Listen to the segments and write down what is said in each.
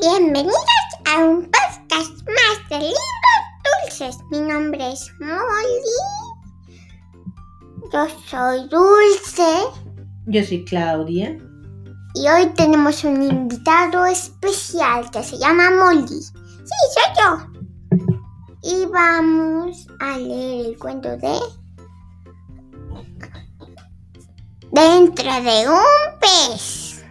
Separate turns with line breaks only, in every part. Bienvenidos a un podcast más de libros dulces. Mi nombre es Molly. Yo soy Dulce
Yo soy Claudia.
y hoy tenemos un invitado especial que se llama Molly. Sí, soy yo. Y vamos a leer el cuento de Dentro de un pez.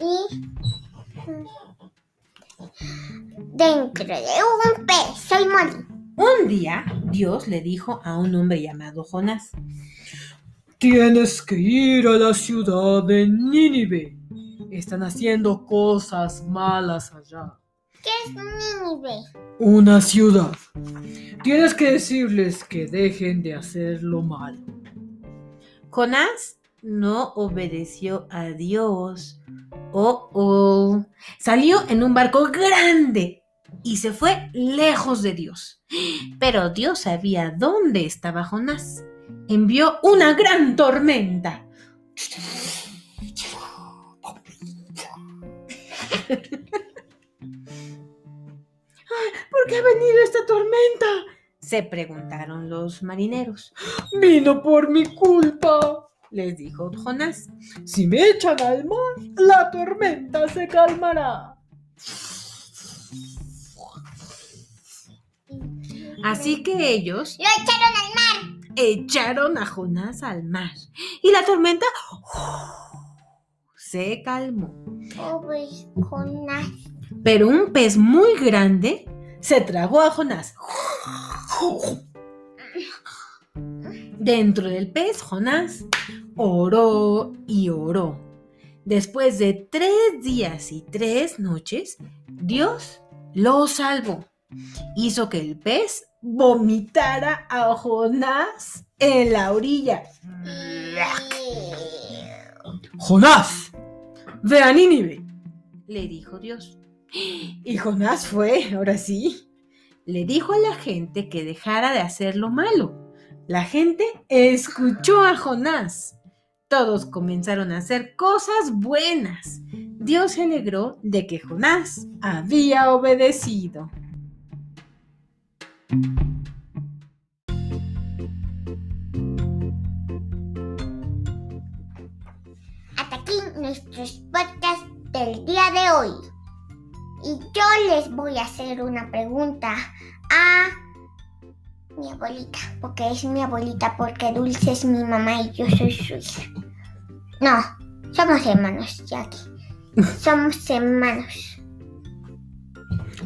y dentro de un pez. Soy Molly.
Un día Dios le dijo a un hombre llamado Jonás, Tienes que ir a la ciudad de Nínive. Están haciendo cosas malas allá.
¿Qué es Nínive?
Una ciudad. Tienes que decirles que dejen de hacer lo malo. Jonás no obedeció a Dios. Oh, oh. Salió en un barco grande y se fue lejos de Dios. Pero Dios sabía dónde estaba Jonás. Envió una gran tormenta. ¿Por qué ha venido esta tormenta? Se preguntaron los marineros. Vino por mi culpa, les dijo Jonás. Si me echan al mar, la tormenta se calmará. Así que ellos
Lo echaron al mar.
echaron a Jonás al mar y la tormenta ¡uf! se calmó.
Pobre Jonás.
Pero un pez muy grande se tragó a Jonás. Dentro del pez, Jonás oró y oró. Después de tres días y tres noches, Dios lo salvó. Hizo que el pez vomitara a Jonás en la orilla. Jonás, ve a Nínive, le dijo Dios. Y Jonás fue, ahora sí. Le dijo a la gente que dejara de hacer lo malo. La gente escuchó a Jonás. Todos comenzaron a hacer cosas buenas. Dios se alegró de que Jonás había obedecido.
Hasta aquí nuestros podcasts del día de hoy. Y yo les voy a hacer una pregunta a mi abuelita, porque es mi abuelita, porque Dulce es mi mamá y yo soy su hija. No, somos hermanos, Jackie. Somos hermanos.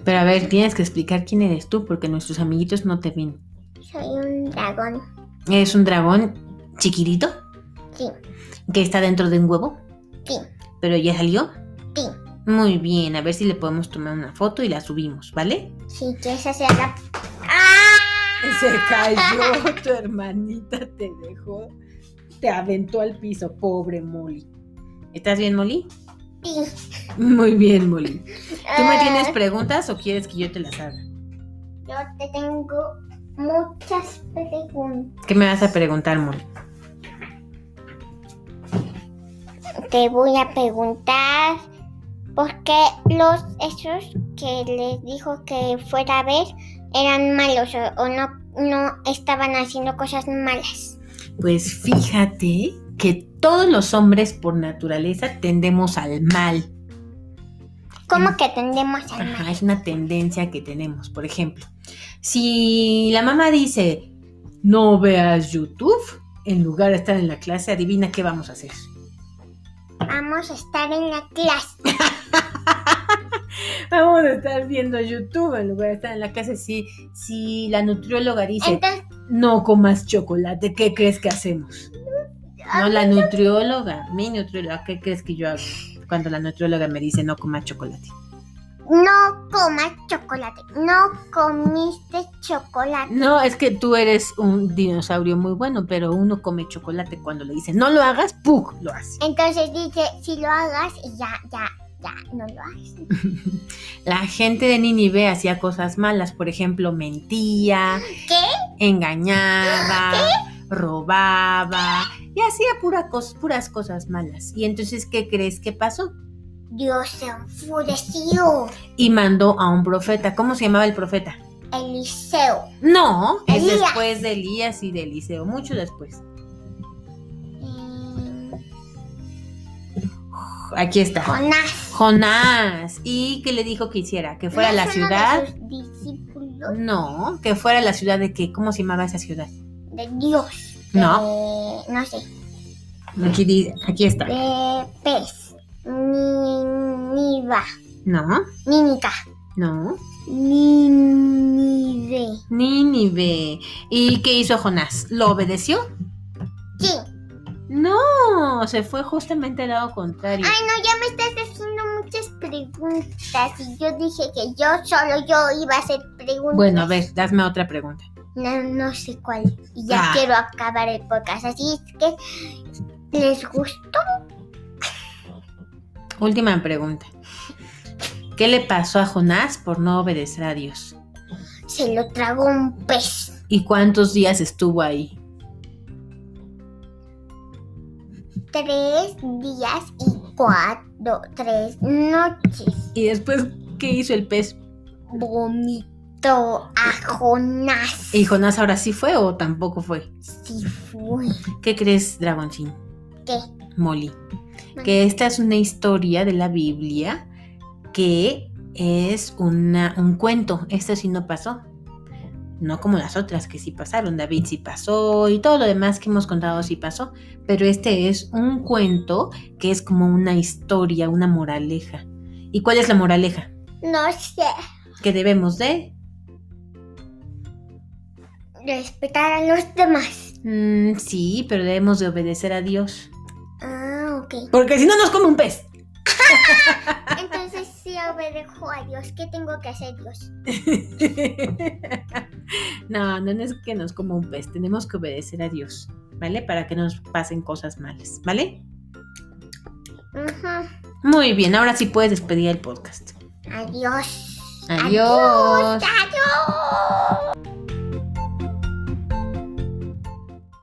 Pero a ver, tienes que explicar quién eres tú porque nuestros amiguitos no te ven.
Soy un dragón.
¿Eres un dragón chiquitito
Sí,
que está dentro de un huevo?
sí,
¿Pero ya salió?
sí.
Muy bien, a ver si le podemos tomar una foto y la subimos, ¿vale?
Si quieres hacerla. ¡Ah!
Se cayó, tu hermanita te dejó, te aventó al piso, pobre Molly. ¿Estás bien, Molly?
Sí.
Muy bien, Molly. ¿Tú me
Eh,
tienes preguntas o quieres que yo te las haga?
Yo te tengo muchas preguntas.
¿Qué me vas a preguntar, Molly?
Te voy a preguntar por qué los esos que les dijo que fuera a ver eran malos o, o no, no estaban haciendo cosas malas.
Pues fíjate que todos los hombres por naturaleza tendemos al mal.
¿Cómo que tendemos al
Mm. Ajá,
mal?
es una tendencia que tenemos. Por ejemplo, si la mamá dice, no veas YouTube, en lugar de estar en la clase, adivina qué vamos a hacer.
Vamos a estar en la clase.
Vamos a estar viendo YouTube en lugar de estar en la clase. Si, si la nutrióloga dice,
Entonces,
no comas chocolate, ¿qué crees que hacemos? No, la nutrióloga, mi nutrióloga, ¿qué crees que yo hago cuando la nutrióloga me dice no comas chocolate?
no comas chocolate. No comiste chocolate.
No, es que tú eres un dinosaurio muy bueno, pero uno come chocolate cuando le dicen no lo hagas, ¡puk! lo hace.
Entonces dice, si lo hagas y ya, ya, ya, no lo hagas.
La gente de Nínive hacía cosas malas, por ejemplo, mentía,
¿Qué?
engañaba, robaba y hacía pura cos- puras cosas malas. ¿Y entonces qué crees que pasó?
Dios se enfureció.
Y mandó a un profeta. ¿Cómo se llamaba el profeta?
Eliseo.
No, es
Elías.
después de Elías y de Eliseo, mucho después.
eh,
Aquí está.
Jonás.
Jonás. ¿Y qué le dijo que hiciera? Que fuera a
¿No
la
es uno
ciudad.
De sus discípulos
No, que fuera a la ciudad de qué? ¿Cómo se llamaba esa ciudad?
de Dios.
No,
De- no sé.
aquí, di- aquí está.
De pez. Niniva.
No,
Nínica.
no.
Ninive.
Nínive. ¿Y qué hizo Jonás? ¿Lo obedeció?
Sí.
No, se fue justamente al lado contrario.
Ay, no, ya me estás haciendo muchas preguntas. Y yo dije que yo solo yo iba a hacer preguntas.
Bueno, a ver, dame otra pregunta.
No, no sé cuál. Y ya
Ah.
quiero acabar el podcast. Así es que. ¿Les gustó?
Última pregunta. ¿Qué le pasó a Jonás por no obedecer a Dios?
Se lo tragó un pez.
¿Y cuántos días estuvo ahí?
Tres días y cuatro, tres noches.
Y después, ¿qué hizo el pez?
Vomitó a Jonás.
¿Y Jonás ahora sí fue o tampoco fue?
Sí fue.
¿Qué crees, Dragoncín?
¿Qué?
Molly. Que esta es una historia de la Biblia que es una, un cuento. Esto sí no pasó. No como las otras que sí pasaron. David sí pasó y todo lo demás que hemos contado sí pasó. Pero este es un cuento que es como una historia, una moraleja. ¿Y cuál es la moraleja?
No sé.
Que debemos de
Respetar a los demás.
Mm, sí, pero debemos de obedecer a Dios.
Ah, ok.
Porque si no nos come un pez.
Entonces sí obedezco a Dios. ¿Qué tengo que hacer, Dios?
no, no es que nos coma un pez. Tenemos que obedecer a Dios, ¿vale? Para que no nos pasen cosas malas, ¿vale?
Ujú.
Muy bien, ahora sí puedes despedir el podcast.
Adiós.
Adiós.
Adiós. Adiós.